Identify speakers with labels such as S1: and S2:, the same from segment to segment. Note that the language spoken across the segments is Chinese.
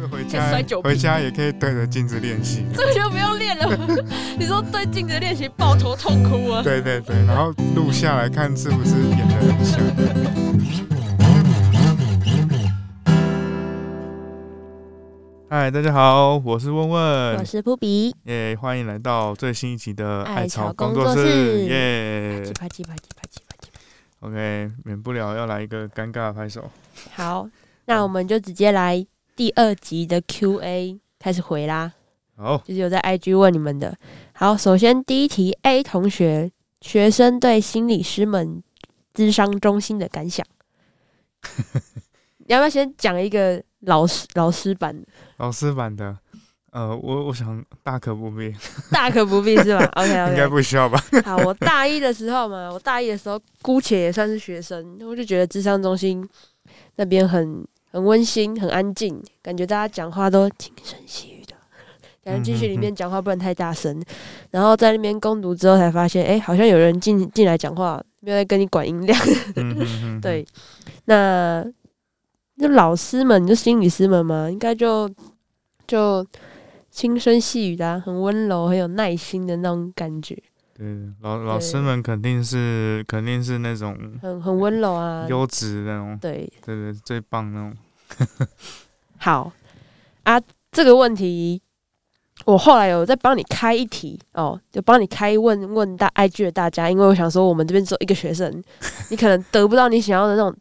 S1: 个回
S2: 先
S1: 家
S2: 摔酒瓶
S1: 回家也可以对着镜子练习。
S2: 这个就不用练了。 你说对镜子练习抱头痛哭啊？
S1: 对对对，然后录下来看是不是演的很像。嗨，大家好，我是问
S3: 我
S1: 问，
S3: 是扑比，
S1: 耶欢迎来到最新一集的
S3: 艾
S1: 艾
S3: 草
S1: 草
S3: 工
S1: 工
S3: 作
S1: 作室，
S3: 室
S1: 耶、
S3: 叽啪叽啪叽啪叽啪叽
S1: OK，免不了要来一个尴尬的拍手。
S3: 啪。好，那我们就直接来第二集的 Q&A 开始回啦，
S1: 好，
S3: 就是有在 IG 问你们的。好，首先第一题，A 同学，学生对心理师们智商中心的 感想，你要不要先讲一个老师老师版的？
S1: 老师版的，呃，我我想大可不 必，
S3: 大可不必是吧？OK
S1: 应该
S3: OK 。
S1: 不需 要吧？
S3: 好，我大一的时候嘛，我大一的时候姑且也算是学生，我就觉得智商中心那边很很温馨、很安静，感觉大家讲话都轻声细语的，感觉
S1: 嗯
S3: 进去里面讲话不能太大声。然后在那边攻读之后才发现，哎、好像有人进进来讲话，没有在跟你管音量。
S1: 嗯哼哼哼
S3: 对，那就老师们，就心理师们嘛，应该就就轻声细语的啊、很温柔、很有耐心的那种感觉。
S1: 对，老老师
S3: 对
S1: 们肯定是肯定是那种
S3: 很很温柔啊。
S1: 优质的那种，
S3: 对，
S1: 对对，最棒那种。
S3: 好啊，这个问题我后来有再帮你开一题哦，就帮你开问问大 IG 的大家，因为我想说我们这边只有一个学生，你可能得不到你想要的那种。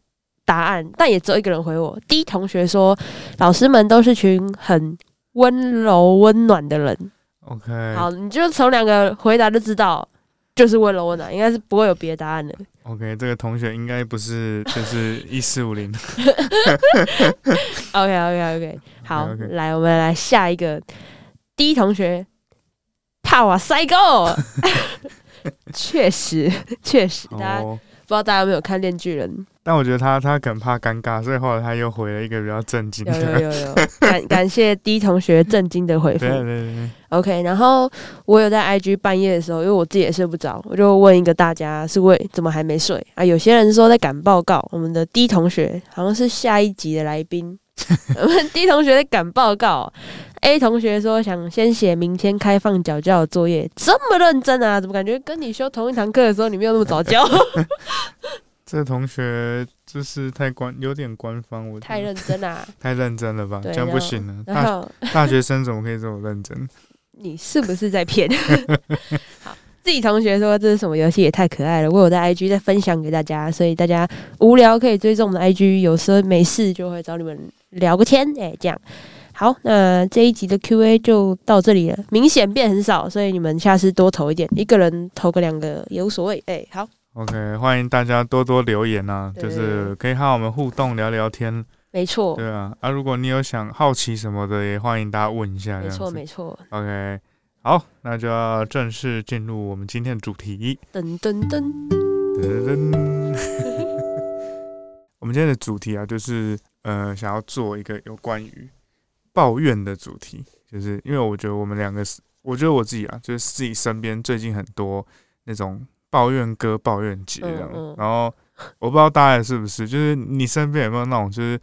S3: 答案，但也只有一个人回我。第一同学说，老师们都是群很温柔温暖的人。
S1: OK，
S3: 好，你就从两个回答就知道，就是温柔温暖，应该是不会有别的答案的。
S1: o k 这个同学应该不 是就是一四五零，
S3: OK OK OK，好
S1: OK，OK
S3: 来，我们来下一个。第一同学，帕瓦塞狗， 确实确实，大家、
S1: 哦。
S3: 不知道大家有没有看《恋 巨人
S1: 但我觉得他他可能怕尴尬，所以后来他又回了一个比较正经》？
S3: 有有
S1: 的。
S3: 有有，感感谢第一同学震惊的回 复
S1: 对。对对，
S3: OK，然后我有在 IG 半夜的时候，因为我自己也睡不着，我就问一个大家是为怎么还没睡啊？有些人说在赶报告，我们的 D 同学好像是下一集的来宾，我们 D 同学在赶报告，A 同学说想先写明天开放缴交的作业，这么认真啊？怎么感觉跟你修同一堂课的时候你没有那么早交？
S1: 这个同学就是太官，有点官方，我觉
S3: 太
S1: 得
S3: 认真啦、
S1: 太认真了吧，
S3: 对
S1: 这样
S3: 然
S1: 不
S3: 后
S1: 行了。
S3: 然
S1: 大
S3: 后
S1: 大学生怎么可以这么认真？
S3: 你是不是在骗？ 好，自己同学说这是什么游戏也太可爱了，我有在 IG 再分享给大家，所以大家无聊可以追踪我们的 IG，有时候没事就会找你们聊个天，哎、这样。好，那这一集的 Q&A 就到这里了，明显变很少，所以你们下次多投一点，一个人投个两个也无所谓。哎、好，
S1: OK，欢迎大家多多留言啊，
S3: 对
S1: 就是可以和我们互动聊聊天，
S3: 没错，
S1: 对啊，啊，如果你有想好奇什么的，也欢迎大家问一下，
S3: 没
S1: 这
S3: 错，
S1: 样
S3: 没
S1: 子。
S3: 错。
S1: OK，好，那就要正式进入我们今天的主题。
S3: 噔噔噔，
S1: 噔 我们今天的主题啊，就是呃，想要做一个有关于抱怨的主题，就是因为我觉得我们两个是，我觉得我自己啊，就是自己身边最近很多那种抱怨哥、抱怨姐这样，
S3: 嗯嗯
S1: 然后我不知道大家是不是，就是你身边有没有那种就是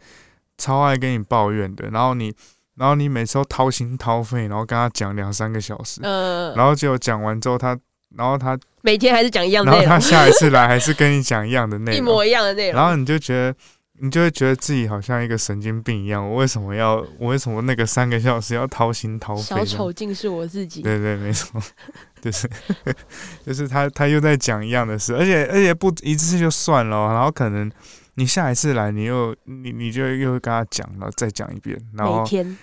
S1: 超爱跟你抱怨的，然后你，然后你每次都掏心掏肺，然后跟他讲两三个小时，
S3: 呃，
S1: 然后结果讲完之后他，然后他，
S3: 每天还是讲一样
S1: 然后
S3: 内容
S1: 他，下一次来还是跟你讲一样的内
S3: 一
S1: 容，
S3: 模一样的内容。
S1: 然后你就觉得，你就会觉得自己好像一个神经病一样。我为什么要，我为什么那个三个小时要掏心掏肺？
S3: 小丑。竟是我自己。
S1: 对对，没错， 就是就是他他又在讲一样的事，而且而且不一次就算了哦，然后可能你下一次来，你又你你就又跟他讲了，再讲一遍，然
S3: 每
S1: 后
S3: 天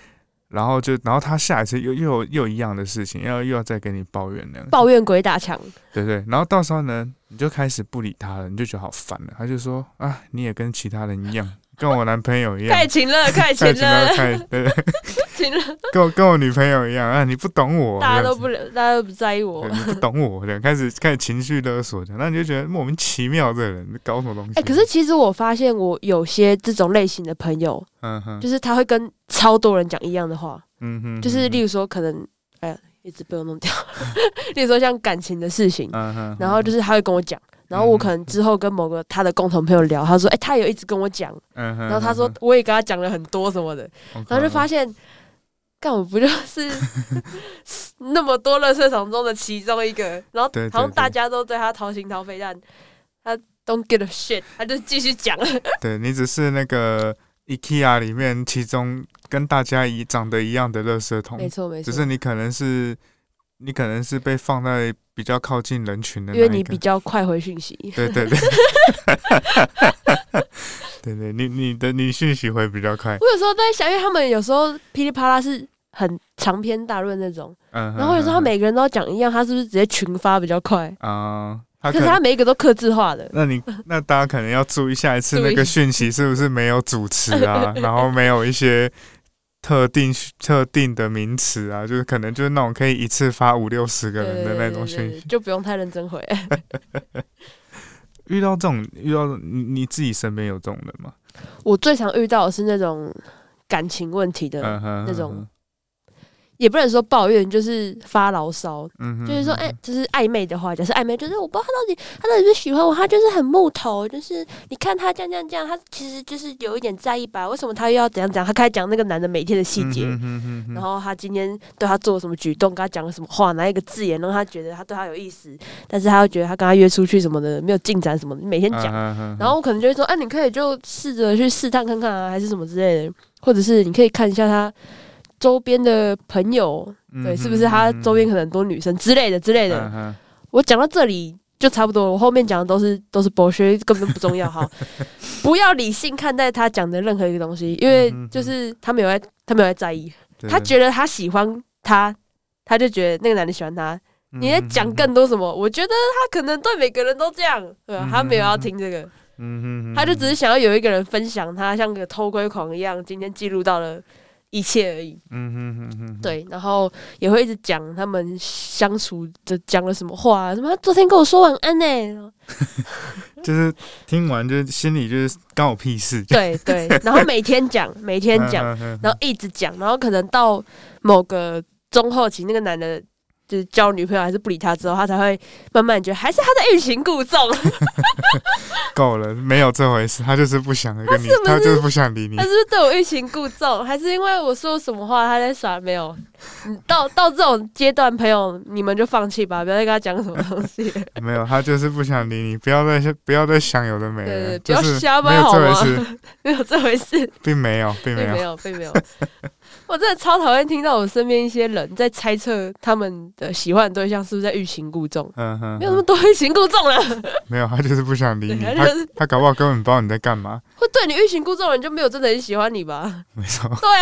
S1: 然后就然后他下一次又又又一样的事情，要又要再跟你抱怨那样。
S3: 抱怨鬼打墙，
S1: 对对，然后到时候呢，你就开始不理他了，你就觉得好烦了。他就说啊，你也跟其他人一样，跟我男朋友一样
S3: 太，勤 了，太勤
S1: 太勤
S3: 了，
S1: 太对，对
S3: 勤了，
S1: 跟我跟我女朋友一样啊，你不懂我，
S3: 大家
S1: 这样
S3: 都
S1: 子
S3: 不了，大家都不在意我。
S1: 对你不懂我，这样开始开始情绪勒索的，那你就觉得莫名其妙，这个人搞什么东西？
S3: 哎、可是其实我发现，我有些这种类型的朋友，
S1: 嗯哼，
S3: 就是他会跟超多人讲一样的话，
S1: 嗯哼，
S3: 就是
S1: 嗯
S3: 例如说，可能 哎呀，一直被我弄掉。例如说像感情的事情，
S1: 哼，嗯哼，
S3: 然后就是他会跟我讲，然后我可能之后跟某个他的共同朋友聊，他说，哎、他有一直跟我讲，
S1: 嗯哼，
S3: 然后他说
S1: 嗯
S3: 我也跟他讲了很多什么的，
S1: 哼，
S3: 然后就发
S1: 现，
S3: 现，干我不就是 那么多垃圾桶中的其中一个，然后
S1: 对对
S3: 好像大
S1: 对
S3: 家都对他掏心掏肺，但他 don't give a shit，他就继续讲，
S1: 对你只是那个 IKEA 里面其中跟大家一长得一样的垃圾桶
S3: 没，错没
S1: 只
S3: 错，
S1: 是你可能是你可能是被放在比较靠近人群的那
S3: 因
S1: 一个，
S3: 为你比较快回讯息，
S1: 对对 对，对对，你你的你讯息会比较快，
S3: 我有时候都在想，因为他们有时候噼里啪啦是很长篇大论那种，
S1: 嗯哼，
S3: 然后有时候他
S1: 嗯哼
S3: 每个人都要讲一样，他是不是直接群发比较快？
S1: 啊，他可
S3: 可是
S1: 能
S3: 他每一个都克制化的，
S1: 那你那大家可能要注意下一次
S3: 注意
S1: 那个讯息是不是没有主持啊，然后没有一些特定特定的名词啊，就是可能就是那种可以一次发五六十个
S3: 对对
S1: 人的
S3: 对
S1: 那
S3: 对
S1: 种
S3: 对
S1: 讯
S3: 对，
S1: 息。
S3: 就不用太认真回。
S1: 遇到这种遇到你你自己身边有这种人吗？
S3: 我最常遇到的是那种感情问题的，
S1: 嗯哼，
S3: 那种也不能说抱怨，就是发牢骚，
S1: 嗯哼，
S3: 就是说，哎、就是暧昧的话，假设暧昧，就是我不知道他到底他到底是不是喜欢我，他就是很木头，就是你看他这样这样这样，他其实就是有一点在意吧？为什么他又要怎样怎样？他开始讲那个男的每天的细节，
S1: 嗯哼哼哼
S3: 然后他今天对他做了什么举动，跟他讲了什么话，哪一个字眼让他觉得他对他有意思，但是他又觉得他跟他约出去什么的没有进展什么的，每天讲。
S1: 嗯哼哼
S3: 然后我可能就会说，啊，你可以就试着去试探看看啊，还是什么之类的，或者是你可以看一下他周边的朋友，
S1: 嗯哼
S3: 对，是不是他周边可能很多女生之类的之类的
S1: 嗯。哼
S3: 我讲到这里就差不多了，我后面讲的都是都是博学，根本不重 要。好，不要理性看待他讲的任何一个东西，因为
S1: 嗯嗯嗯
S3: 就是他没有在，他没有在在意，
S1: 对
S3: 他觉得他喜欢他。他就觉得那个男的喜欢他，
S1: 嗯
S3: 你在讲更多什么？我觉得他可能对每个人都这样，对吧？
S1: 嗯
S3: 他没有要
S1: 嗯嗯
S3: 听这个，
S1: 嗯哼哼
S3: 他就只是想要有一个人分享他像个偷窥狂一样，今天记录到了一切而已。
S1: 嗯哼哼哼哼，
S3: 对，然后也会一直讲他们相处的讲了什么话、啊什么他昨天跟我说晚安呢、
S1: 就是听完就是心里就是干我屁事，就
S3: 对 对，然后每天讲，每天讲，
S1: 嗯哼哼
S3: 然后一直讲，然后可能到某个中后期，那个男的。就是交女朋友还是不理他之后，他才会慢慢觉得还是他在欲擒故纵，
S1: 够了，没有这回事，他就是不想跟你，
S3: 不是
S1: 他就是不想理你
S3: 他。是不是对我欲擒故纵，还是因为我说什么话他在耍？没有，你到到这种阶段，朋友你们就放弃吧，不要再跟他讲什么东西。
S1: 没有，他就是不想理你，不要再不要再想有的没的，
S3: 对对不要
S1: 就是
S3: 瞎掰
S1: 没有
S3: 好
S1: 这回
S3: 吗
S1: 事，
S3: 没有这回事，
S1: 并没有，并
S3: 并
S1: 没
S3: 没
S1: 有。
S3: 有，并没有。 我真的超讨厌听到我身边一些人在猜测他们的喜欢的对象是不是在欲擒故纵，
S1: 嗯哼，
S3: 没有那么多欲擒故纵了。
S1: 没有，他就是不想理
S3: 对，
S1: 你，
S3: 他
S1: 他
S3: 就是
S1: 他搞不好根本不知道你在干嘛。
S3: 会对你欲擒故纵的人就没有真的很喜欢你吧？
S1: 没错，
S3: 对啊，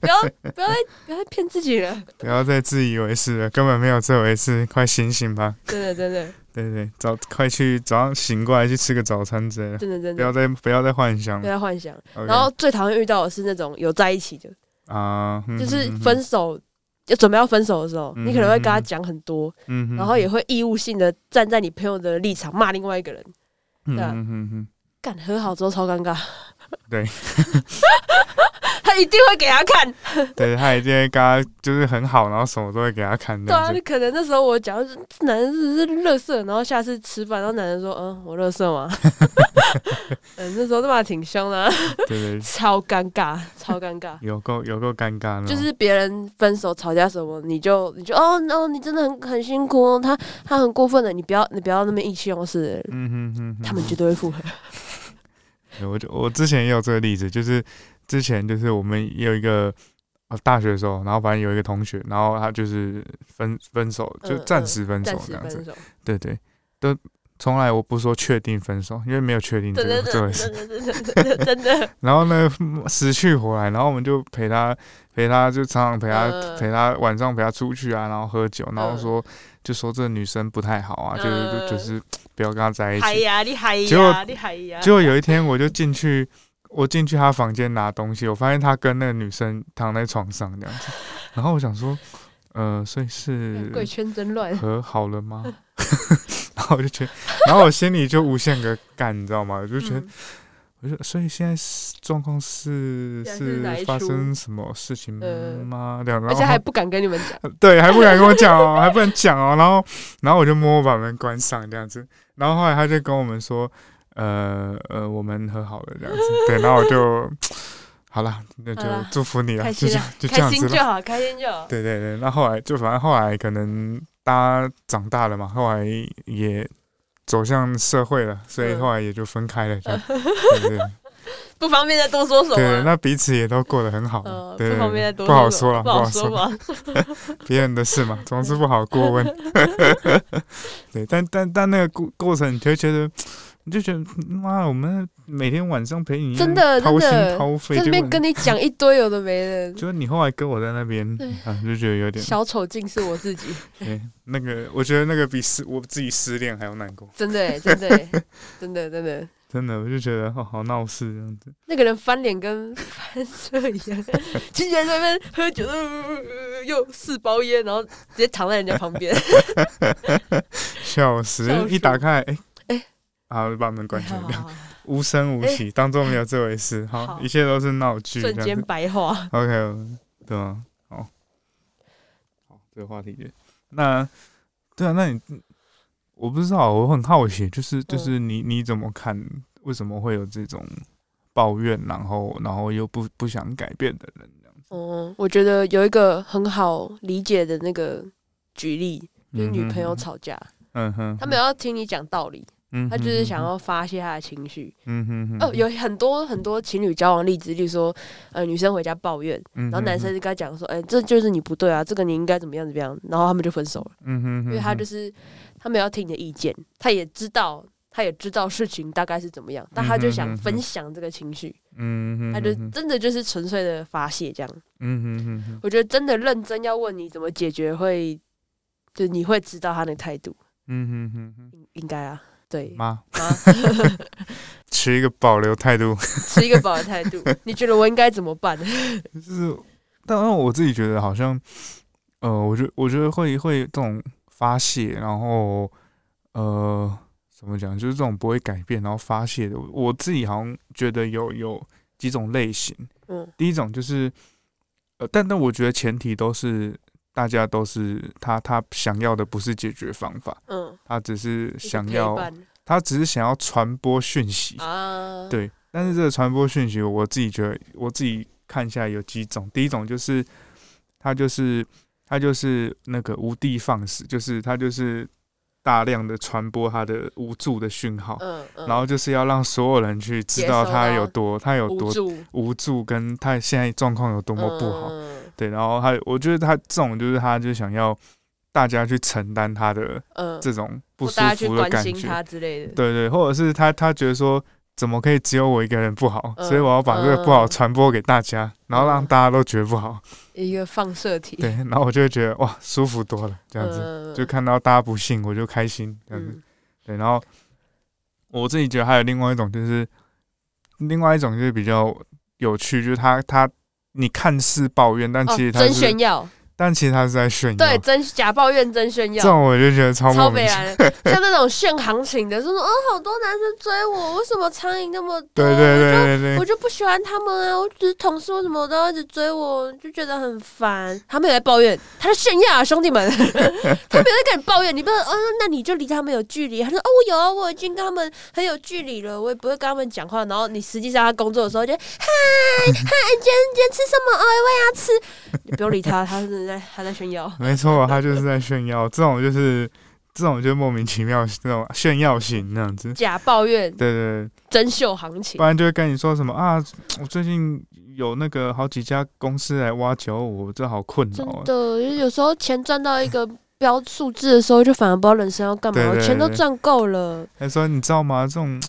S3: 不要不要再不要再骗自己了，
S1: 不要再自以为是了，根本没有这回事，快醒醒吧！
S3: 真的真的
S1: 对对对，早快去早上醒过来去吃个早餐之类的，
S3: 真的真
S1: 不
S3: 的
S1: 要再不要再幻想
S3: 不
S1: 了。
S3: 要幻想。
S1: OK
S3: 啊然后最讨厌遇到的是那种有在一起的，
S1: 啊，嗯
S3: 就是分，手要准备要分手的时候，
S1: 嗯
S3: 你可能会跟他讲很多，
S1: 嗯哼
S3: 然后也，会义务性的站在你朋友的立场骂另外一个人。
S1: 嗯
S3: 对啊
S1: 哼哼哼
S3: 干和好之后超尴尬，
S1: 对，
S3: 他一定会给他看。
S1: 哼对他一定会跟他就是很好，然后什么都会给他看
S3: 对
S1: 这样
S3: 啊，
S1: 子
S3: 就可能那时候我讲这男人是是乐色，然后下次吃饭，然后男人说嗯我乐色吗？ 嗯，那时候他妈挺凶的啊、
S1: 对对，
S3: 超尴尬，超尴 尬。
S1: 有够有够尴尬了，
S3: 就是别人分手吵架什么，你就你就哦哦，你真的很很辛苦哦，他他很过分的，你不要你不要那么意气用事，
S1: 嗯哼哼哼，
S3: 他们绝对会复合。
S1: 对我就我之前也有这个例子，就是之前就是我们也有一个啊大学的时候，然后反正有一个同学，然后他就是分分手，就
S3: 嗯
S1: 暂
S3: 嗯
S1: 时分手
S3: 暂时
S1: 这样子，
S3: 分手，
S1: 对对，都从来我不说确定分手，因为没有确定这
S3: 真
S1: 个
S3: 的
S1: 这回
S3: 真
S1: 事。
S3: 的真的真的 真的，
S1: 然后呢，死去活来，然后我们就陪他，陪他就常常陪他、
S3: 嗯
S1: 陪他晚上陪他出去啊，然后喝酒，然后
S3: 嗯
S1: 说、就说这女生不太好啊，就是就
S3: 嗯
S1: 就是不要跟她在一起。
S3: 嗨呀你嗨
S1: 哎结果
S3: 呀你嗨呀，
S1: 结果有一天我就进去，我进去他房间拿东西，我发现他跟那个女生躺在床上这样子，然后我想说，呃，所以是
S3: 贵圈真乱。
S1: 和好了 吗？然后我就觉得，然后我心里就无限个干，你知道吗？我就觉得、
S3: 嗯
S1: 我就说，所以现在是状况是
S2: 现在是
S1: 是
S2: 哪一
S1: 发
S2: 出
S1: 生什么事情
S3: 呃
S1: 吗？这样，然
S3: 而
S1: 后
S3: 且还不敢跟你们讲。
S1: 对，还不敢跟我讲哦， 还不能讲哦。然后，然后我就默默把门关上这样子。然后后来他就跟我们说，呃呃，我们和好了这样子。对，然后我就好了，那就
S3: 好啦
S1: 祝福你啊，
S3: 开
S1: 就
S3: 心
S1: 这样
S3: 啊，
S1: 就这
S3: 开
S1: 样
S3: 心
S1: 子
S3: 就
S1: 了。
S3: 好，开心就好。
S1: 对对对，那后来就反正后来可能大家长大了嘛，后来也走向社会了，所以
S3: 嗯
S1: 后来也就分开了 这样。对对对
S2: 不方便再多说什
S1: 对，
S2: 么。
S1: 那彼此也都过得很好嘛。
S3: 呃，
S1: 对
S3: 不
S1: 对
S3: 方
S1: 对
S3: 便再多
S1: 不好说
S3: 说什
S1: 了，
S3: 么
S1: 不
S3: 不好
S1: 好
S3: 说
S1: 说。
S3: 吧。
S1: 别人的事嘛，总是不好过问。 对，但但但那个过过程，你就会觉得，你就觉得妈，我们每天晚上陪你
S3: 真的
S1: 掏心
S3: 真的
S1: 掏肺，
S3: 在那
S1: 结
S3: 边
S1: 果，
S3: 跟你讲一堆有的没的
S1: 就你后来跟我在那边
S3: 对，
S1: 啊，就觉得有点
S3: 小丑竟是我自 己，
S1: 对那个，我觉得那个比失我自己失恋还要难过，
S3: 真的欸，真 的欸，真的，真的。
S1: 真的，我就觉得哦，好闹事这样子。
S3: 那个人翻脸跟翻车一样，竟然在那边喝酒，呃呃呃又四包烟，然后直接躺在人家 旁边。
S1: 笑死！
S3: 笑
S1: 一打
S3: 死
S1: 开，哎、
S3: 哎
S1: 好，就把门关起 来，
S3: 好好哎
S1: 无声无息，当做没有这回事。好，
S3: 好
S1: 一切都是闹剧，这
S3: 瞬
S1: 样
S3: 间
S1: 子。
S3: 白化。
S1: OK，对啊，好，好，这个话题就那对啊，那你我不知道，我很好奇，就是就是
S3: 嗯
S1: 你你怎么看？为什么会有这种抱怨，然后然后又不不想改变的人？
S3: 嗯，我觉得有一个很好理解的那个举例，就是女朋友
S1: 嗯哼
S3: 吵架，
S1: 嗯哼，
S3: 她没有要听你讲道理，
S1: 嗯哼，
S3: 她就是想要发泄她的情绪。
S1: 嗯哼，嗯哼
S3: 哦，，有很多很多情侣交往例子，例如说，呃，女生回家抱怨，
S1: 然
S3: 然后男生，就跟她讲
S1: 嗯
S3: 说，哎、这就是你不对啊，这个你应该怎么样怎么样，然后他们就分手了，
S1: 嗯哼，，
S3: 因为他就是是他没有要听你的意见，他也知道。他也知道事情大概是怎么样，但他就
S1: 嗯
S3: 想
S1: 哼
S3: 分享这个情绪，
S1: 嗯哼，
S3: 他就
S1: 嗯哼
S3: 真的就是纯粹的发泄这样。
S1: 嗯哼嗯哼，
S3: 我觉得真的认真要问你怎么解决会，就你会知道他的态度，
S1: 嗯哼嗯哼，
S3: 应应该啊，对，
S1: 妈，
S3: 妈
S1: 持一个保留态度。
S3: 持一个保的态 度。你觉得我应该怎么办？
S1: 就是，但但我自己觉得好像，呃，我觉我觉得会会这种发泄，然后呃，怎么讲，就是这种不会改变，然后发泄的，我我自己好像觉得有有几种类型。
S3: 嗯
S1: 第一种就是，呃，但但我觉得前提都是大家都是他他想要的不是解决方法，
S3: 嗯，
S1: 他只是
S3: 一个
S1: 想
S3: 陪
S1: 要
S3: 伴
S1: 他只是想要传播讯息。
S3: 啊，
S1: 对，但是这个传播讯息，我自己觉得，我自己看下来有几种。第一种就是，他就是他就是那个无的放矢，就是他就是大量的传播他的无助的讯号，
S3: 嗯嗯，
S1: 然后就是要让所有人去知
S3: 接
S1: 道
S3: 收
S1: 他
S3: 到
S1: 有多他有
S3: 无
S1: 多
S3: 助，
S1: 无助，跟他现在状况有多么不好。
S3: 嗯
S1: 对，然后他，我觉得他这种就是他就想要大家去承担他的
S3: 嗯，
S1: 这种不
S3: 或
S1: 舒
S3: 大家去
S1: 服的
S3: 关
S1: 感
S3: 心
S1: 觉。
S3: 他之类的。
S1: 对对，或者是他他觉得说，怎么可以只有我一个人不好？
S3: 嗯
S1: 所以我要把这个不好
S3: 嗯
S1: 传播给大家，然后让
S3: 嗯
S1: 大家都觉得不好。
S3: 一个放射体，
S1: 对， 然后我就会觉得哇，舒服多了，这样子、
S3: 子
S1: 就看到大家不幸，我就开心这样子。
S3: 嗯
S1: 对，然后我自己觉得还有另外一种，就是另外一种就是比较有趣，就是他他你看似抱怨，但
S3: 哦
S1: 其实他
S3: 真
S1: 是、
S3: 炫耀，
S1: 但其实他是在炫耀。
S3: 对，真假抱怨真炫
S1: 这
S3: 耀，
S1: 种我就觉得超莫
S3: 超
S1: 名
S3: 北
S1: 其妙。
S3: 然的，像那种炫行情的，说什么哦，好多男生追我，为什么苍蝇那么多？
S1: 对对对
S3: 我就。
S1: 对对，
S3: 我就不喜欢他们啊！我只是同事，为什么我都要一直追我，就觉得很烦。他们也在抱怨，他在炫耀啊，兄弟们，他 们也在跟你抱怨。你不能，哦，那你就离他们有距离。他说，哦，我有啊，我已经跟他们很有距离了，我也不会跟他们讲话。然后你实际上他工作的时候就，嗨嗨，你今天今天吃什么？哦，我也要吃。你不用理他，他是在他在炫耀。
S1: 没错，他就是在炫耀，这种就是这种就莫名其妙这种炫耀型那样子。
S3: 假抱怨，
S1: 对对对，
S3: 真秀行情
S1: 不。然就会跟你说什么啊，我最近有那个好几家公司来挖角我，这好困扰
S3: 真
S1: 啊。
S3: 的，就是有时候钱赚到一个标数字的时候，就反而不知道人生要干嘛。
S1: 对对
S3: 我钱都
S1: 对
S3: 赚够了，
S1: 他说你知道吗？这种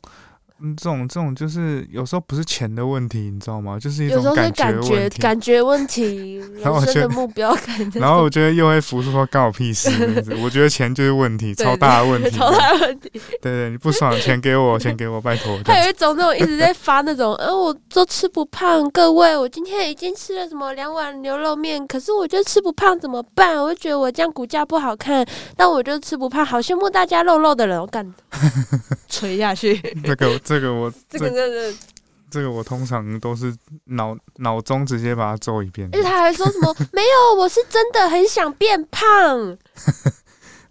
S1: 嗯这种这种就是有时候不是钱的问题，你知道吗？就是一
S3: 有
S1: 种
S3: 时候
S1: 觉
S3: 是感觉
S1: 问题。
S3: 感觉 问题，
S1: 然后
S3: 人
S1: 我
S3: 生
S1: 觉得
S3: 的目标感觉。
S1: 然后我觉得又会浮出说干我屁事这样子，我觉得钱就是问题，
S3: 对
S1: 超大的问题。
S3: 超大的 问题，
S1: 对对，你不爽钱给我，钱给我，拜托。这样
S3: 还有一种那种一直在发那种，嗯，我都吃不胖，各位，我今天已经吃了什么两碗牛肉面，可是我就吃不胖，怎么办？我就觉得我这样骨架不好看，但我就吃不胖，好羡慕 大家肉肉的人，我干，垂下去，
S1: 这个这个我
S3: 这个真的
S1: 这个我通常都是脑脑中直接把它揍一遍，
S3: 而且他还说什么没有，我是真的很想变胖。
S1: 哦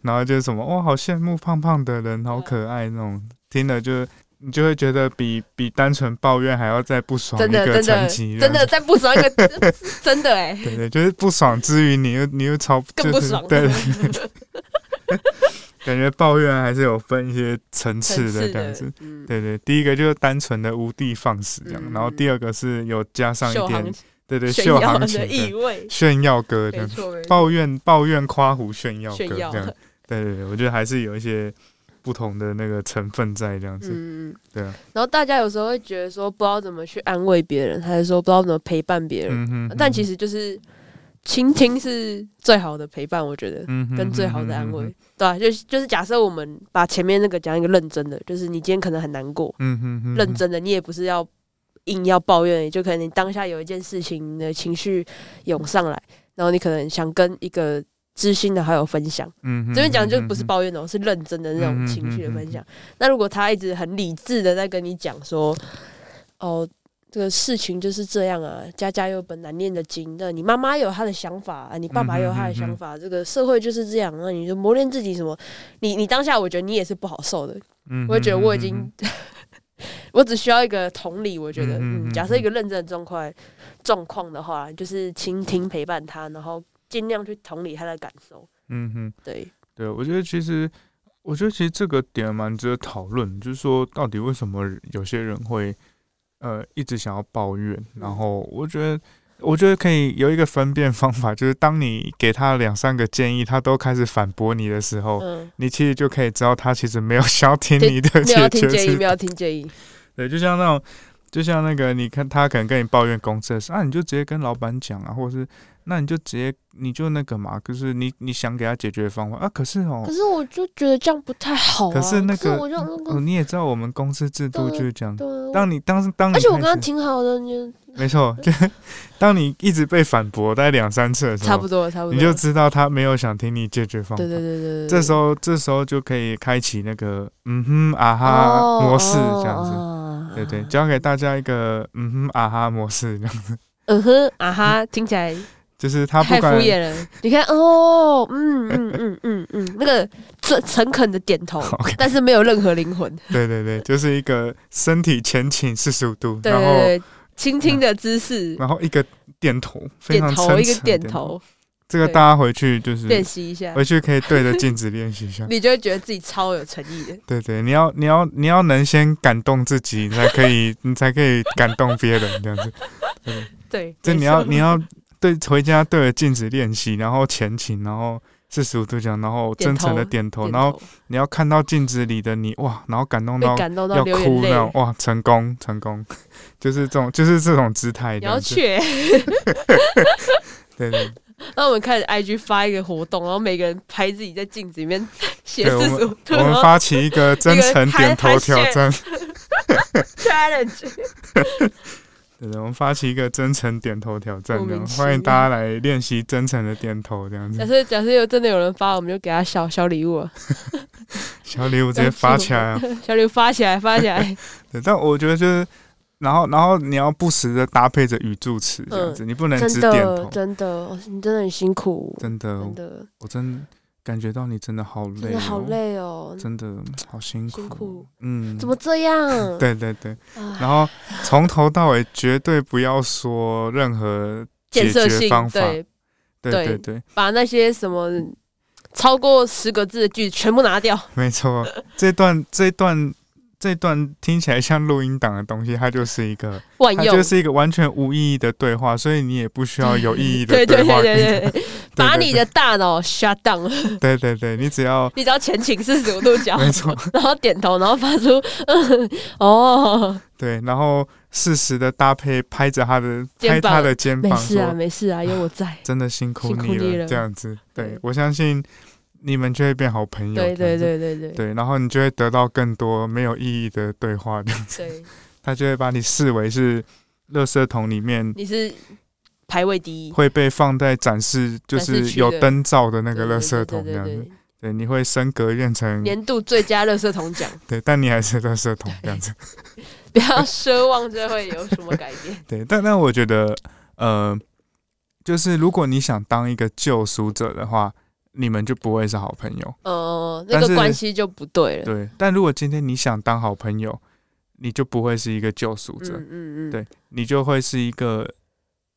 S1: 然后就是什么哇，好羡慕胖胖的人，好可爱那种，听了就你就会觉得比比单纯抱怨还要再不爽
S3: 真
S1: 一
S3: 的
S1: 个
S3: 真
S1: 层
S3: 的
S1: 级，
S3: 真的在不爽一个， 真的哎、
S1: 对对，就是不爽之余，你又你又超
S2: 更不爽
S1: 就是、对， 感觉抱怨还是有分一些层次的这样子。
S3: 嗯，
S1: 对对，第一个就是单纯的无的放矢这样，
S3: 嗯
S1: 然后第二个是有加上
S2: 秀
S1: 一
S2: 行
S1: 点对对
S2: 炫
S1: 秀
S2: 耀
S1: 行
S2: 的
S1: 情
S2: 意
S1: 的
S2: 味，
S1: 炫耀歌这
S2: 没
S1: 样，
S2: 错没错，
S1: 抱怨抱怨夸胡炫耀歌
S2: 炫
S1: 这
S2: 耀
S1: 样。对对对，我觉得还是有一些不同的那个成分在这样子。
S3: 嗯，
S1: 对啊。
S3: 然后大家有时候会觉得说不知道怎么去安慰别人，还是说不知道怎么陪伴别人，
S1: 嗯哼，
S3: 但其
S1: 实
S3: 实就是倾听是最好的陪伴，我觉得。
S1: 嗯哼
S3: 跟最好的安慰，对啊，就是就是假设我们把前面那个讲一个认真的，就是你今天可能很难过，
S1: 嗯哼哼，
S3: 认真的，你也不是要硬要抱怨，就可能你当下有一件事情，你的情绪涌上来，然后你可能想跟一个知心的好友分享。
S1: 嗯哼，
S3: 这边讲就不
S1: 嗯
S3: 是
S1: 哼
S3: 抱怨哦，是认真的那种情绪的分
S1: 嗯
S3: 享。那如果他一直很理智的在跟你讲说，哦，这个事情就是这样啊，家家有本难念的经，那你妈妈有她的想法啊，你爸爸有他
S1: 嗯
S3: 的想法，这个社会就是这样，那你就磨练自己什么，你你当下我觉得你也是不好受的，
S1: 嗯哼
S3: 我会觉得我已
S1: 嗯哼嗯
S3: 经
S1: 哼，
S3: 我只需要一个同理。我觉
S1: 嗯
S3: 得，
S1: 嗯
S3: 嗯，
S1: 嗯
S3: 假设一个认真的状况状况的话，就是倾听陪伴他，然后尽量去同理他的感受。
S1: 嗯哼。
S3: 对，
S1: 对，我觉得其实，我觉得其实这个点蛮值得讨论，就是说到底为什么有些人会呃一直想要抱怨，然
S3: 嗯
S1: 后我觉得。我觉得可以有一个分辨方法，就是当你给他两三个建议，他都开始反驳你的时候，
S3: 嗯，
S1: 你其实就可以知道他其实没有想要听
S3: 对
S1: 你的
S3: 没有
S1: 解
S3: 要听
S1: 决
S3: 建
S1: 之
S3: 议，没有要听建议。
S1: 对，就像那种，就像那个，你看他可能跟你抱怨公司的事，啊，你就直接跟老板讲啊，或者是那你就直接你就那个嘛，就是你你想给他解决方法啊，可是哦，
S3: 可是我就觉得这样不太好啊。
S1: 可是那个
S3: 我就那
S1: 哦
S3: 个，
S1: 你也知道我们公司制度
S3: 对
S1: 就是这样。
S3: 对啊，
S1: 当你当时当你
S3: 而且我
S1: 开
S3: 刚刚
S1: 始
S3: 挺好的，你
S1: 没错， 就当你一直被反驳大概两三次的时候，
S3: 差不多了，差不多了。
S1: 你就知道他没有想听你解决方法。
S3: 对对对对对，
S1: 这时候这时候就可以开启那个嗯哼啊
S3: 哦
S1: 哈模式这样子。
S3: 子
S1: 对对，，教给大家一个嗯哼啊哈模式，这 样
S3: 嗯哼啊哈，听起来
S1: 就是他不
S3: 太敷
S1: 管
S3: 衍了。你看，哦，嗯嗯嗯嗯嗯，那个诚诚恳的点头
S1: OK
S3: 但是没有任何灵魂。
S1: 对对对，就是一个身体前倾四十五度，
S3: 对
S1: 然后
S3: 对对，轻轻的姿势，
S1: 然后一个点头，非
S3: 点
S1: 常
S3: 头
S1: 撑
S3: 一个
S1: 场
S3: 点
S1: 的
S3: 头，
S1: 这个
S3: 对
S1: 大家回去就是
S3: 练习一下，
S1: 回去可以对着镜子练习一下。
S3: 你就会觉得自己超有诚意的。
S1: 对对，你要你要你要能先感动自己，你才可以 你才可以感动别人这样子。
S3: 对，
S1: 就
S3: 没
S1: 你要
S3: 错
S1: 你要对回家对着镜子练习，然后前倾，然后四十五度角，然后真诚的点头，
S3: 点
S1: 哦然后你要看到镜子里的你哇，然后感动到
S3: 被感动到
S1: 要
S3: 流眼
S1: 哭
S3: 泪
S1: 那，哦种哇，成功成功， 就是这种就是这种姿态
S3: 你
S1: 这
S3: 要
S1: 样子。
S3: 去欸。
S1: 对 对
S3: 那我们开始 IG 发一个活动，然后每个人拍自己在镜子 里面写
S1: 对我
S3: 四
S1: 们
S3: 十五度，
S1: 对，我
S3: 然
S1: 们
S3: 后
S1: 发起一个真诚点头挑战，
S3: challenge。
S1: 对对，我们发起一个真诚点头挑战，这
S3: 莫
S1: 样
S3: 名其妙呃
S1: 欢迎大家来练习真诚的点头这样子
S3: 假。设假设有真的有人发，我们就给他小小礼物啊，
S1: 小礼物直接发起来啊！
S3: 小礼物发起来，发起来。
S1: 对，但我觉得就是，然后然后你要不时的搭配着语助词这样子，你不能只
S3: 嗯真
S1: 点
S3: 的
S1: 头。
S3: 真的，哦你真的很辛苦，
S1: 真的，
S3: 真的
S1: 我真感觉到你真的好累、哦，
S3: 真的好，累哦，
S1: 真的嗯好辛苦，
S3: 辛苦，
S1: 嗯，
S3: 怎么这样？
S1: 对对对，
S3: 啊，
S1: 然后从头到尾绝对不要说任何
S3: 建
S1: 解
S3: 设
S1: 决
S3: 性
S1: 方法，
S3: 对，
S1: 对
S3: 对
S1: 对对，
S3: 把那些什么超过十个字的句全部拿掉。
S1: 没错，这段这段这段听起来像录音档的东西，它就是一个
S3: 万
S1: 它
S3: 用
S1: 就。是一个完全无意义的对话，所以你也不需要有意义的
S3: 对对
S1: 话
S3: 对
S1: 跟，
S3: 对对对，把
S1: 对
S3: 你的大脑 shut down，
S1: 对对对，你只要
S3: 你只要前倾四十五度角，
S1: 没错，
S3: 然后点头，然后发出 嗯哦，
S1: 对，然后适时的搭配拍着他的
S3: 肩
S1: 拍
S3: 膀
S1: 他的肩
S3: 没
S1: 膀
S3: 事啊，
S1: 说，
S3: 没事啊，有我在。
S1: 真的辛苦
S3: 辛苦
S1: 你
S3: 你
S1: 了，
S3: 了
S1: 这样子，对
S3: 对
S1: 我相信你们就会变好朋友，
S3: 对
S1: 这样
S3: 对
S1: 子
S3: 对对对
S1: 对，然后你就会得到更多没有意义的对话，这样子，
S3: 对，
S1: 他就会把你视为是垃圾桶里面
S3: 你是排位第一，
S1: 会被放在展示，就
S3: 展示
S1: 是
S3: 区
S1: 有
S3: 的
S1: 灯罩的那个
S3: 对
S1: 垃圾桶
S3: 对
S1: 这
S3: 对
S1: 样
S3: 对
S1: 子
S3: 对，
S1: 对，你会升格变成
S3: 年度最佳乐色桶奖，
S1: 对，但你还是在社团这样子。
S3: 不要奢望这会有什么改 变。
S1: 对，但但我觉得，呃，就是如果你想当一个救赎者的话，你们就不会是好朋友。
S3: 呃，那
S1: 但
S3: 个
S1: 是
S3: 关系就不对了。
S1: 对，但如果今天你想当好朋友，你就不会是一个救赎者，
S3: 嗯嗯嗯，
S1: 对你就会是一个，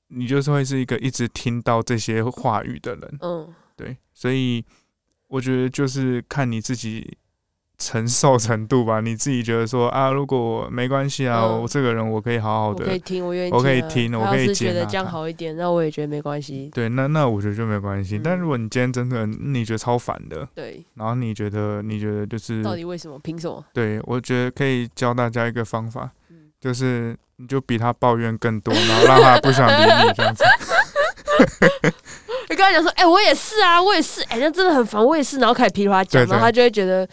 S1: 你就是会是一个一直听到这些话语的人。
S3: 嗯，
S1: 对，所以我觉得就是看你自己承受程度吧。你自己觉得说啊，如果没关系啊，
S3: 嗯
S1: 我这个人我可以好好
S3: 我可
S1: 的，
S3: 以听，我愿意，
S1: 我可以听我
S3: 他要
S1: 可以啊
S3: 是觉
S1: 接
S3: 得
S1: 纳
S3: 这样
S1: 他
S3: 好一点，那我也觉得没关系。
S1: 对，那那我觉得就没关系。但
S3: 嗯
S1: 如果你今天真的你觉得超烦的，
S3: 对，
S1: 然后你觉得你觉得就是
S3: 到底为什么？凭什么？
S1: 对，我觉得可以教大家一个方法
S3: 嗯，
S1: 就是你就比他抱怨更多，然后让他不想理你这 样子。
S3: 你跟他讲说，哎、我也是啊，我也是，哎、那真的很烦，我也是，然后开始噼里啪啦讲，
S1: 对对
S3: 然后他就会觉得，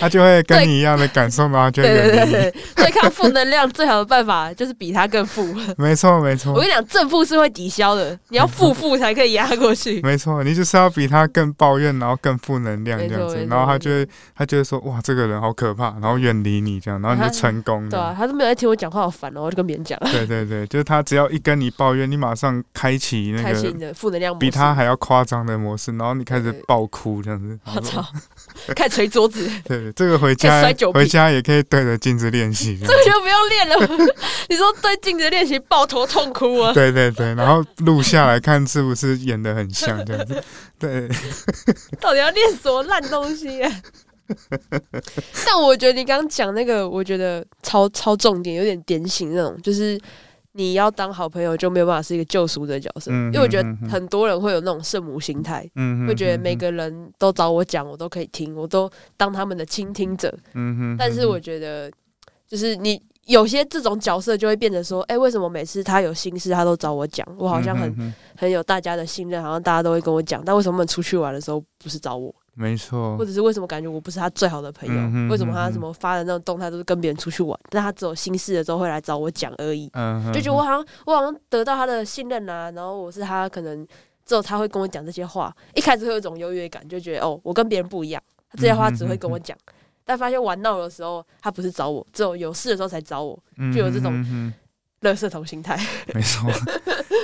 S1: 他就会跟
S3: 对
S1: 你一样的感受，然后就
S3: 对
S1: 远
S3: 对对
S1: 离
S3: 对， 对对抗负能量最好的办法就是比他 更负。
S1: 你。没错，没
S3: 我
S1: 错
S3: 跟，你讲，正负是会抵消的，你要负负才可以压 过去。
S1: 没错，你就是要比他更抱怨，然后更负能量
S3: 没
S1: 这
S3: 错
S1: 样子
S3: 没，错嗯
S1: 然后他
S3: 没
S1: 就会他就会说哇，这个人好可怕，然后远离你这样，然后你就
S3: 他
S1: 成功
S3: 对啊，
S1: 了。
S3: 他都没有在听我讲话，好烦哦，我就跟别人讲，
S1: 对对对，就是他只要一跟你抱怨，你马上开启那
S3: 开启
S1: 个
S3: 你的负能量模式。
S1: 比他还要夸张的模式，然后你开始
S3: 对
S1: 爆哭这样子。然
S3: 我
S1: 后说
S3: 操，开始捶桌子，
S1: 对，这个回
S3: 可以
S1: 家
S3: 摔酒
S1: 回
S3: 瓶
S1: 家也可以对着镜子练习这样。
S3: 这就不用练了。 你说对镜子练习抱头痛哭啊？
S1: 对对对，然后录下来看是不是演的很像这样子。对，
S3: 到底要练什么烂东 西、啊？但我觉得你刚刚讲那个，我觉得超超重点，有点点醒那种，就是你要当好朋友就没有办法是一个救赎的角色，
S1: 嗯
S3: 因为我觉得
S1: 嗯嗯嗯
S3: 很多人会有那种圣母心态，
S1: 嗯哼，
S3: 会觉得
S1: 嗯
S3: 每
S1: 哼，
S3: 个人都找我讲，我都可以听，我都当他们的倾听者。
S1: 嗯哼，
S3: 但是我觉得，就是你有些这种角色就会变成说，哎、为什么每次他有心事他都找我讲？我好像很
S1: 嗯、哼
S3: 很有大家的信任，好像大家都会跟我讲，但为什么我们出去玩的时候不是找我，
S1: 没错
S3: 或，者是为什么感觉我不是他最好的朋友？
S1: 嗯哼
S3: 为什么
S1: 嗯
S3: 他
S1: 哼
S3: 什么发的那种动态都是跟别人出去玩，但他只有心事的时候会来找我讲而已？
S1: 嗯哼，
S3: 就觉得我好像我好像得到他的信任啊，然后我是他可能只有他会跟我讲这些话，一开始会有一种优越感，就觉得哦，我跟别人不一样，他这些
S1: 嗯
S3: 话只会跟我讲。但发现玩闹的时候，他不是找我，只有有事的时候才找我，
S1: 嗯
S3: 就有这种
S1: 哼嗯
S3: 乐色同心态。
S1: 哼没错。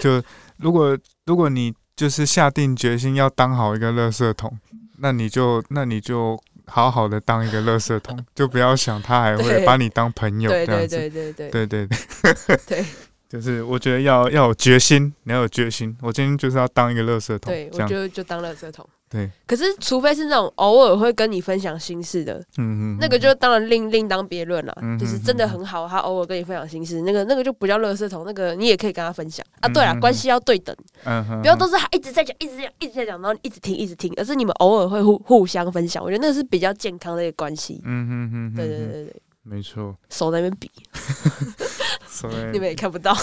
S1: 就如果如果你就是下定决心要当好一个垃圾桶，那你就那你就好好的当一个垃圾桶，就不要想他还会
S3: 对
S1: 把你当朋友这
S3: 对对
S1: 样子。
S3: 对对对，
S1: 对对对
S3: 对，
S1: 就是我觉得要要有决心，你要有决心。我今天就是要当一个垃圾桶，
S3: 对
S1: 这
S3: 我
S1: 样，
S3: 就就当乐色桶。
S1: 对，
S3: 可是除非是那种偶尔会跟你分享心事的，
S1: 嗯嗯，
S3: 那个就当然另另当别论了
S1: 嗯哼。
S3: 就是真的很好，他偶尔跟你分享心事，那个那个就不叫乐色桶，那个你也可以跟他分享啊。对
S1: 嗯
S3: 了
S1: 哼，
S3: 关系要对等。
S1: 嗯哼，
S3: 不要都是他一直在讲，一直在讲，一直在讲，然后一直听，一直听，而是你们偶尔会互互相分享，我觉得那是比较健康的一个关系。
S1: 嗯哼哼，
S3: 对对，对对，
S1: 没错。
S3: 手在那边比，
S1: 所
S3: 你
S1: 以
S3: 们也看不到。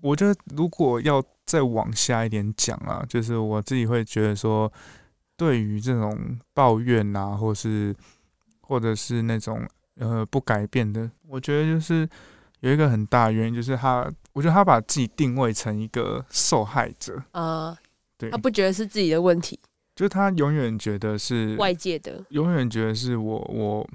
S1: 我觉得如果要再往下一点讲啊，就是我自己会觉得说，对于这种抱怨啊，或是或者是那种呃不改变的，我觉得就是有一个很大的原因，就是他，我觉得他把自己定位成一个受害者，
S3: 啊，
S1: 对
S3: 他，不觉得是自己的问题，
S1: 就是他永远觉得是
S3: 外界的。
S1: 永远觉得是我我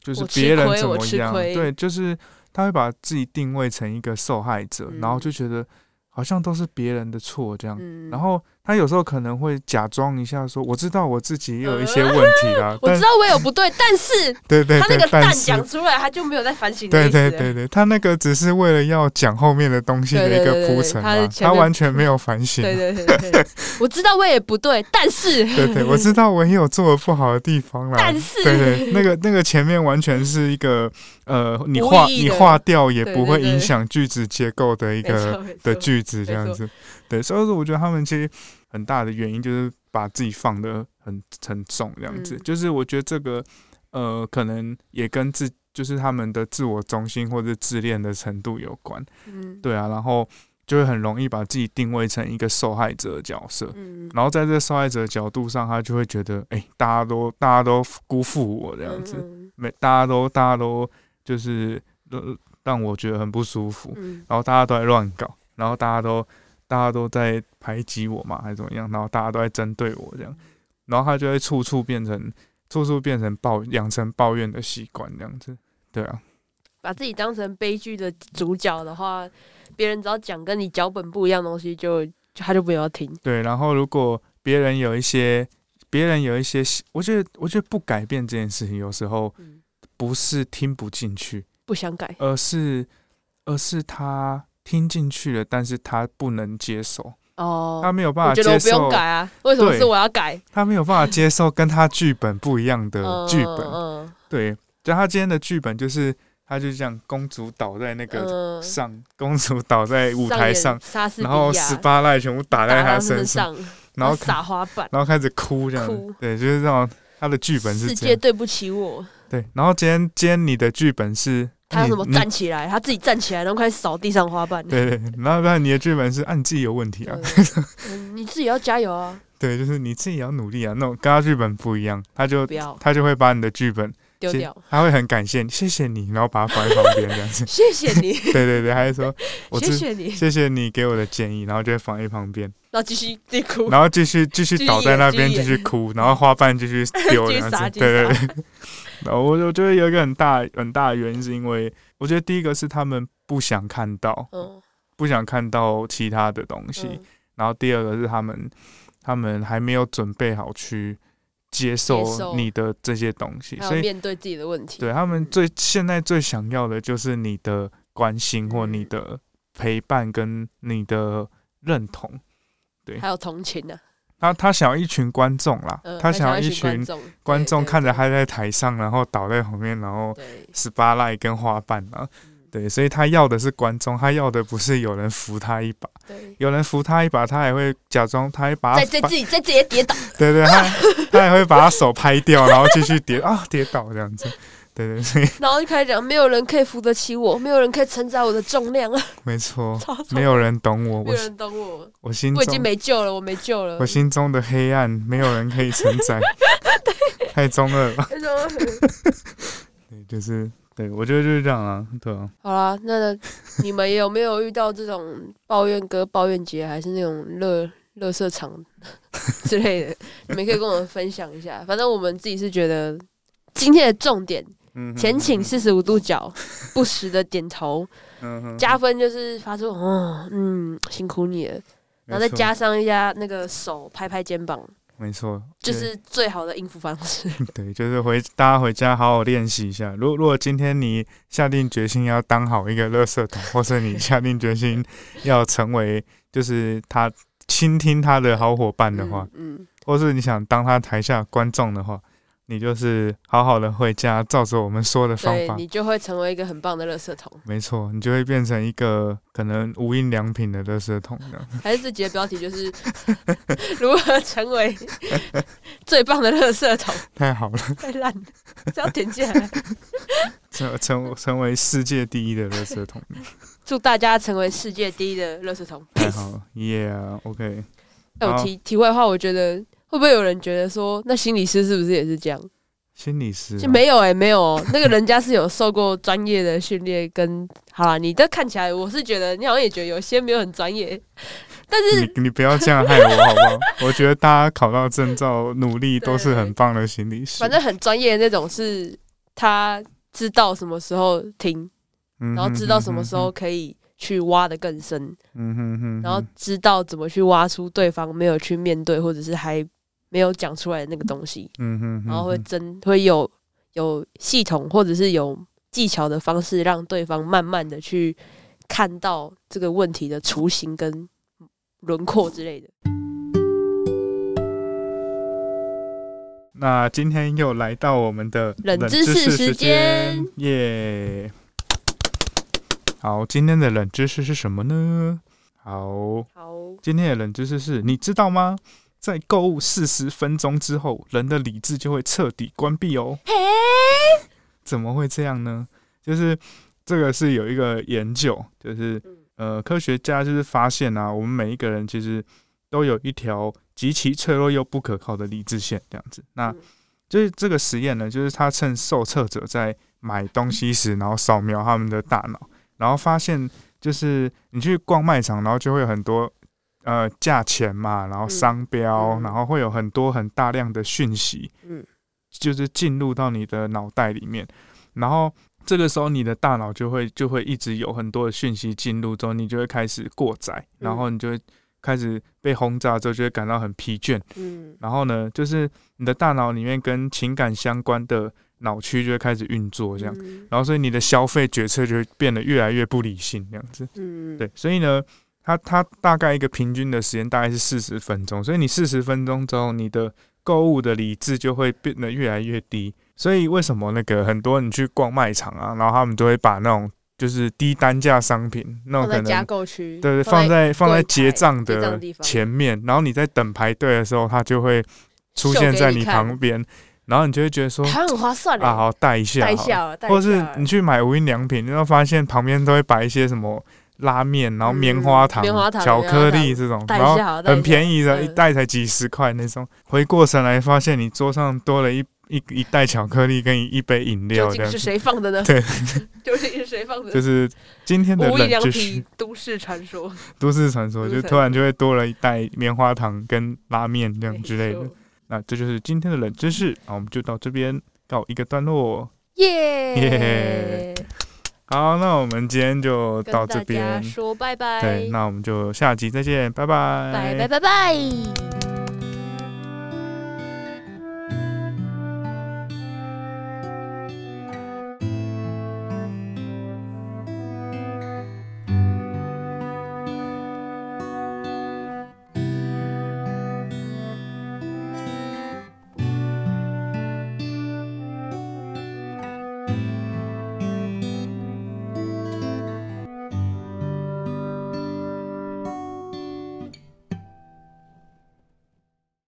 S1: 就是
S3: 我吃
S1: 别人
S3: 亏
S1: 怎
S3: 我
S1: 么
S3: 吃
S1: 样，
S3: 亏
S1: 对，就是他会把自己定位成一个受害者，然后
S3: 嗯
S1: 就觉得好像都是别人的错这样。
S3: 嗯，
S1: 然后他有时候可能会假装一下说，我知道我自己也有一些问题啦，
S3: 嗯 我
S1: 但
S3: 知道我有不对，但是
S1: 对 对
S3: 他那
S1: 对
S3: 个，
S1: 但
S3: 蛋
S1: 是
S3: 讲出来，他就没有在反省的
S1: 对
S3: 意思啊
S1: 对
S3: 了。
S1: 对对，他那个只是为了要讲后面的东西的
S3: 对
S1: 一
S3: 对
S1: 个
S3: 对对
S1: 铺
S3: 对
S1: 陈
S3: 他
S1: 嘛，
S3: 前
S1: 他
S3: 面
S1: 完全没有反省。
S3: 对对对对，我知道我也不对，但是
S1: 对对，我知道我也有做的不好的地方啦，
S3: 但是
S1: 对对，那 个那个前面完全是一个呃，你
S3: 无
S1: 划
S3: 意义
S1: 你
S3: 的
S1: 划掉也
S3: 对
S1: 不
S3: 对
S1: 会影
S3: 对
S1: 响句子结构 的一
S3: 没错
S1: 个
S3: 没
S1: 的
S3: 错，
S1: 句子这样
S3: 错
S1: 子。对，所以说我觉得他们其实很大的原因就是把自己放的很很重这样子，
S3: 嗯
S1: 就是我觉得这个呃，可能也跟自就是他们的自我中心或者自恋的程度有关。
S3: 嗯
S1: 对啊，然后就会很容易把自己定位成一个受害者的角色。
S3: 嗯，
S1: 然后在这受害者的角度上，他就会觉得，哎、大家都大家都辜负我这
S3: 这
S1: 样子，
S3: 嗯
S1: 每大家都大家都就是呃让我觉得很不舒服，
S3: 嗯
S1: 然后大家都在乱搞，然后大家都大大家都在排挤我嘛，还是怎么样？然后大家都在针对我这样，
S3: 嗯
S1: 然后他就会处处变成处处变成抱养成抱怨的习惯这样子。对啊，
S3: 把自己当成悲剧的主角的话，别人只要讲跟你脚本不一样的东西就，就他就不要听。
S1: 对。然后如果别人有一些别人有一些习，我觉得我觉得不改变这件事情，有时候
S3: 嗯，
S1: 不是听不进去，
S3: 不想改，
S1: 而是而是他听进去了，但是他不能接受，
S3: 哦，
S1: 他没有办
S3: 我
S1: 法
S3: 觉
S1: 接
S3: 得我不用
S1: 受，
S3: 改啊，为什么
S1: 对
S3: 是我要改？
S1: 他没有办法接受跟他剧本不一样的
S3: 嗯
S1: 剧
S3: 嗯
S1: 本。
S3: 嗯
S1: 对，就他今天的剧本就是，他就这样公主倒在那个
S3: 嗯
S1: 上，公主倒在舞台上
S3: 演，莎士比
S1: 然后
S3: 亚
S1: 十八赖全部打在
S3: 打到
S1: 他
S3: 他们
S1: 身上，
S3: 上，
S1: 然后
S3: 撒花瓣，
S1: 然后开始哭这样
S3: 哭
S1: 子。对，就是这种他的剧本
S3: 世
S1: 是这
S3: 界
S1: 样。
S3: 对不起我。
S1: 对，然后今天今天你的剧本是，
S3: 他
S1: 你
S3: 要怎么
S1: 你
S3: 站起来？他自己站起来，然后开始扫地上花 瓣。
S1: 对对，然后不然你的剧本是按、啊、你自己有问题啊，
S3: 对嗯你自己要加油啊！
S1: 对，就是你自己要努力啊。那种跟他剧本不一样，他就
S3: 不 要
S1: 他就会把你的剧本
S3: 丢
S1: 先
S3: 掉，。
S1: 他会很感谢你，谢谢你，然后把它放在旁边这样子
S3: 谢谢你，
S1: 对对对，他就 说 我
S3: 谢
S1: 知
S3: 谢你，
S1: 谢谢你给我的建议，然后就会放在旁边，
S3: 然后继续自己哭，
S1: 然后继续继 续倒在那边
S3: 继
S1: 继
S3: 续演
S1: 续哭，然后花瓣继续 丢，
S3: 继续
S1: 然
S3: 撒
S1: 后
S3: 继
S1: 对对
S3: 续
S1: 对。然后我就觉得有一个很大很大的原因，是因为我觉得第一个是他们不想看到，
S3: 嗯，
S1: 不想看到其他的东西，
S3: 嗯
S1: 然后第二个是他们他们还没有准备好去接
S3: 接受
S1: 受你的这些东西，
S3: 还
S1: 所
S3: 有
S1: 以
S3: 面对自己的问题，
S1: 对啊他们最现在最想要的就是你的关心
S3: 嗯
S1: 或你的陪伴跟你的认同。
S3: 还有同情啊，
S1: 他他想要一群观众啦，
S3: 嗯，
S1: 他
S3: 还
S1: 想
S3: 想
S1: 要
S3: 要
S1: 一
S3: 观
S1: 群
S3: 众
S1: 观众看着，
S3: 对
S1: 他在台上，然后倒在旁边，然后
S3: 对对
S1: 十八赖跟花瓣啊，
S3: 嗯
S1: 对，所以他要的是观众，他要的不是有人扶他一把，
S3: 对，
S1: 有人扶他一把，他还会假装他会把他
S3: 在在自己在自己跌倒，
S1: 对对，他他还会把他手拍掉，然后继续跌啊跌倒这样子。对对，所以
S3: 然后就开始讲，没有人可以扶得起我，没有人可以承载我的重量啊，
S1: 没错，
S3: 超重
S1: 没有人懂我，
S3: 没
S1: 我
S3: 有人懂我，
S1: 我心
S3: 我已经
S1: 中
S3: 没救了，我没救了
S1: 我。心中的黑暗，没有人可以承 载，太中二了。
S3: 那种
S1: 对，就是对我觉得就是这样啊，对啊。
S3: 好啦，那你们有没有遇到这种抱怨哥、抱怨姐，还是那种乐乐色场 之类的？你们可以跟我们分享一下。反正我们自己是觉得今天的重点，
S1: 嗯哼
S3: 前倾四十五度 角，不时的点头，
S1: 嗯哼
S3: 加分就是发出哦，嗯，辛苦你了，然后再加上一下那个手拍拍肩膀，
S1: 没错，
S3: 就
S1: 对
S3: 是最好的应付方式。
S1: 对，就是回大家回家好好练习一下。如果如果今天你下定决心要当好一个垃圾桶，或是 你下定决心要成为就是他倾听他的好伙伴的话，
S3: 嗯，嗯，
S1: 或是你想当他台下观众的话，你就是好好的回家，照着我们说的方
S3: 对
S1: 法
S3: 你，就会成为一个很棒的乐色桶，
S1: 没错，你就会变成一个可能无印良品的垃圾桶这样。
S3: 还是自己的标题就是 如何成为最棒的乐色 桶？
S1: 太好了，
S3: 太烂了，这要点进来。
S1: 成成成为世界第一的垃圾 桶，
S3: 祝大家成为世界第一的乐色桶。
S1: 太好了，Yeah，OK，、
S3: 哎，我
S1: 嗯好
S3: 题题外话，我觉得会不会有人觉得说，那心理师是不是也是这样？
S1: 啊心理师、
S3: 就没有哎、没有、哦，那个人家是有受过专业的训练跟。好啦，你的看起来，我是觉得你好像也觉得有些没有很专业，但是
S1: 你你不要这样害我好不好？我 觉得大家考到证照，努力都是很棒的心理师。
S3: 反正很专业的那种是，他知道什么时候停，
S1: 嗯哼，
S3: 然后知道什么时候可以去挖的更深，
S1: 嗯哼，嗯哼哼，
S3: 然后知道怎么去挖出对方没有去面对或者是还没有讲出来的那个东西，
S1: 嗯哼哼，
S3: 然后会真会有有系统或者是有技巧的方式，让对方慢慢的去看到这个问题的雏形跟轮廓之类的。
S1: 那今天又来到我们的
S3: 冷
S1: 知
S3: 知识
S1: 识
S3: 时间
S1: 间，耶、好，今天的冷知识是什么呢？好，
S3: 好，
S1: 今天的冷知识是你知道吗？在购物四十分钟之后，人的理智就会彻底关闭哦。
S3: 嘿，
S1: 怎么会这样呢？就是这个是有一个研究，就是
S3: 嗯
S1: 呃，科学家就是发现啊，我们每一个人其实都有一条极其脆弱又不可靠的理智线，这样子。那
S3: 嗯
S1: 就是这个实验呢，就是他趁受测者在买东西时，然后扫描他们的大脑，然后发现就是你去逛卖场，然后就会有很多呃价钱嘛，然后
S3: 嗯
S1: 商标，
S3: 嗯
S1: 然后会有很多很大量的讯息，
S3: 嗯，
S1: 就是进入到你的脑袋里面，然后这个时候你的大脑就会就会一直有很多的讯息进入之后，你就会开始过载，然后你就会开始被轰炸之后，就会感到很疲倦，
S3: 嗯
S1: 然后呢，就是你的大脑里面跟情感相关的脑区就会开始运作这样，
S3: 嗯
S1: 然后所以你的消费决策就会变得越来越不理性这样子。
S3: 嗯，
S1: 对，所以呢，它它大概一个平均的时间大概是四十分钟，所以你四十分钟之后，你的购物的理智就会变得越来越低。所以为什么那个很多人去逛卖场啊，然后他们都会把那种就是低单价商品，那种
S3: 放
S1: 可
S3: 在加
S1: 能
S3: 购区，
S1: 对对
S3: 放
S1: 放在放在
S3: 柜
S1: 结
S3: 台
S1: 账
S3: 结账
S1: 的
S3: 的地方
S1: 前面，然后你在等排队的时候，它就会出
S3: 秀
S1: 现
S3: 给
S1: 在
S3: 你
S1: 你
S3: 看
S1: 旁边，然后你就会觉得说
S3: 台湾很划算嘞
S1: 啊，好带一下好
S3: 带
S1: 了，
S3: 笑啊，带
S1: 或是
S3: 笑啊
S1: 你去买无印良品，然后发现旁边都会摆一些什么拉面，然后棉花糖、
S3: 嗯棉花糖
S1: 巧克力这种，
S3: 带
S1: 然后
S3: 笑，
S1: 很便宜的，
S3: 嗯
S1: 一袋才几十块那种。回过神来，发现你桌上多了一一一袋巧克力跟一一杯饮
S3: 究
S1: 料，这
S3: 竟
S1: 样
S3: 是
S1: 子
S3: 谁放的呢？
S1: 对，
S3: 究竟是谁放的？
S1: 就是今天的
S2: 无印
S1: 冷
S2: 良
S1: 知
S2: 品
S1: 识、
S2: 都市传说，
S1: 都市传说，
S2: 都
S1: 就
S2: 市传说
S1: 突然就会多了一袋棉花糖跟拉面这样之类 的
S2: 没。
S1: 那这就是今天的冷知识，好，我们就到这边告一个段落。耶
S3: 耶！
S1: 好，那我们今天就
S2: 跟
S1: 到
S2: 大
S1: 这
S2: 家
S1: 边。
S2: 说拜拜，
S1: 对，那我们就下集再见，拜拜，
S2: 拜拜拜拜。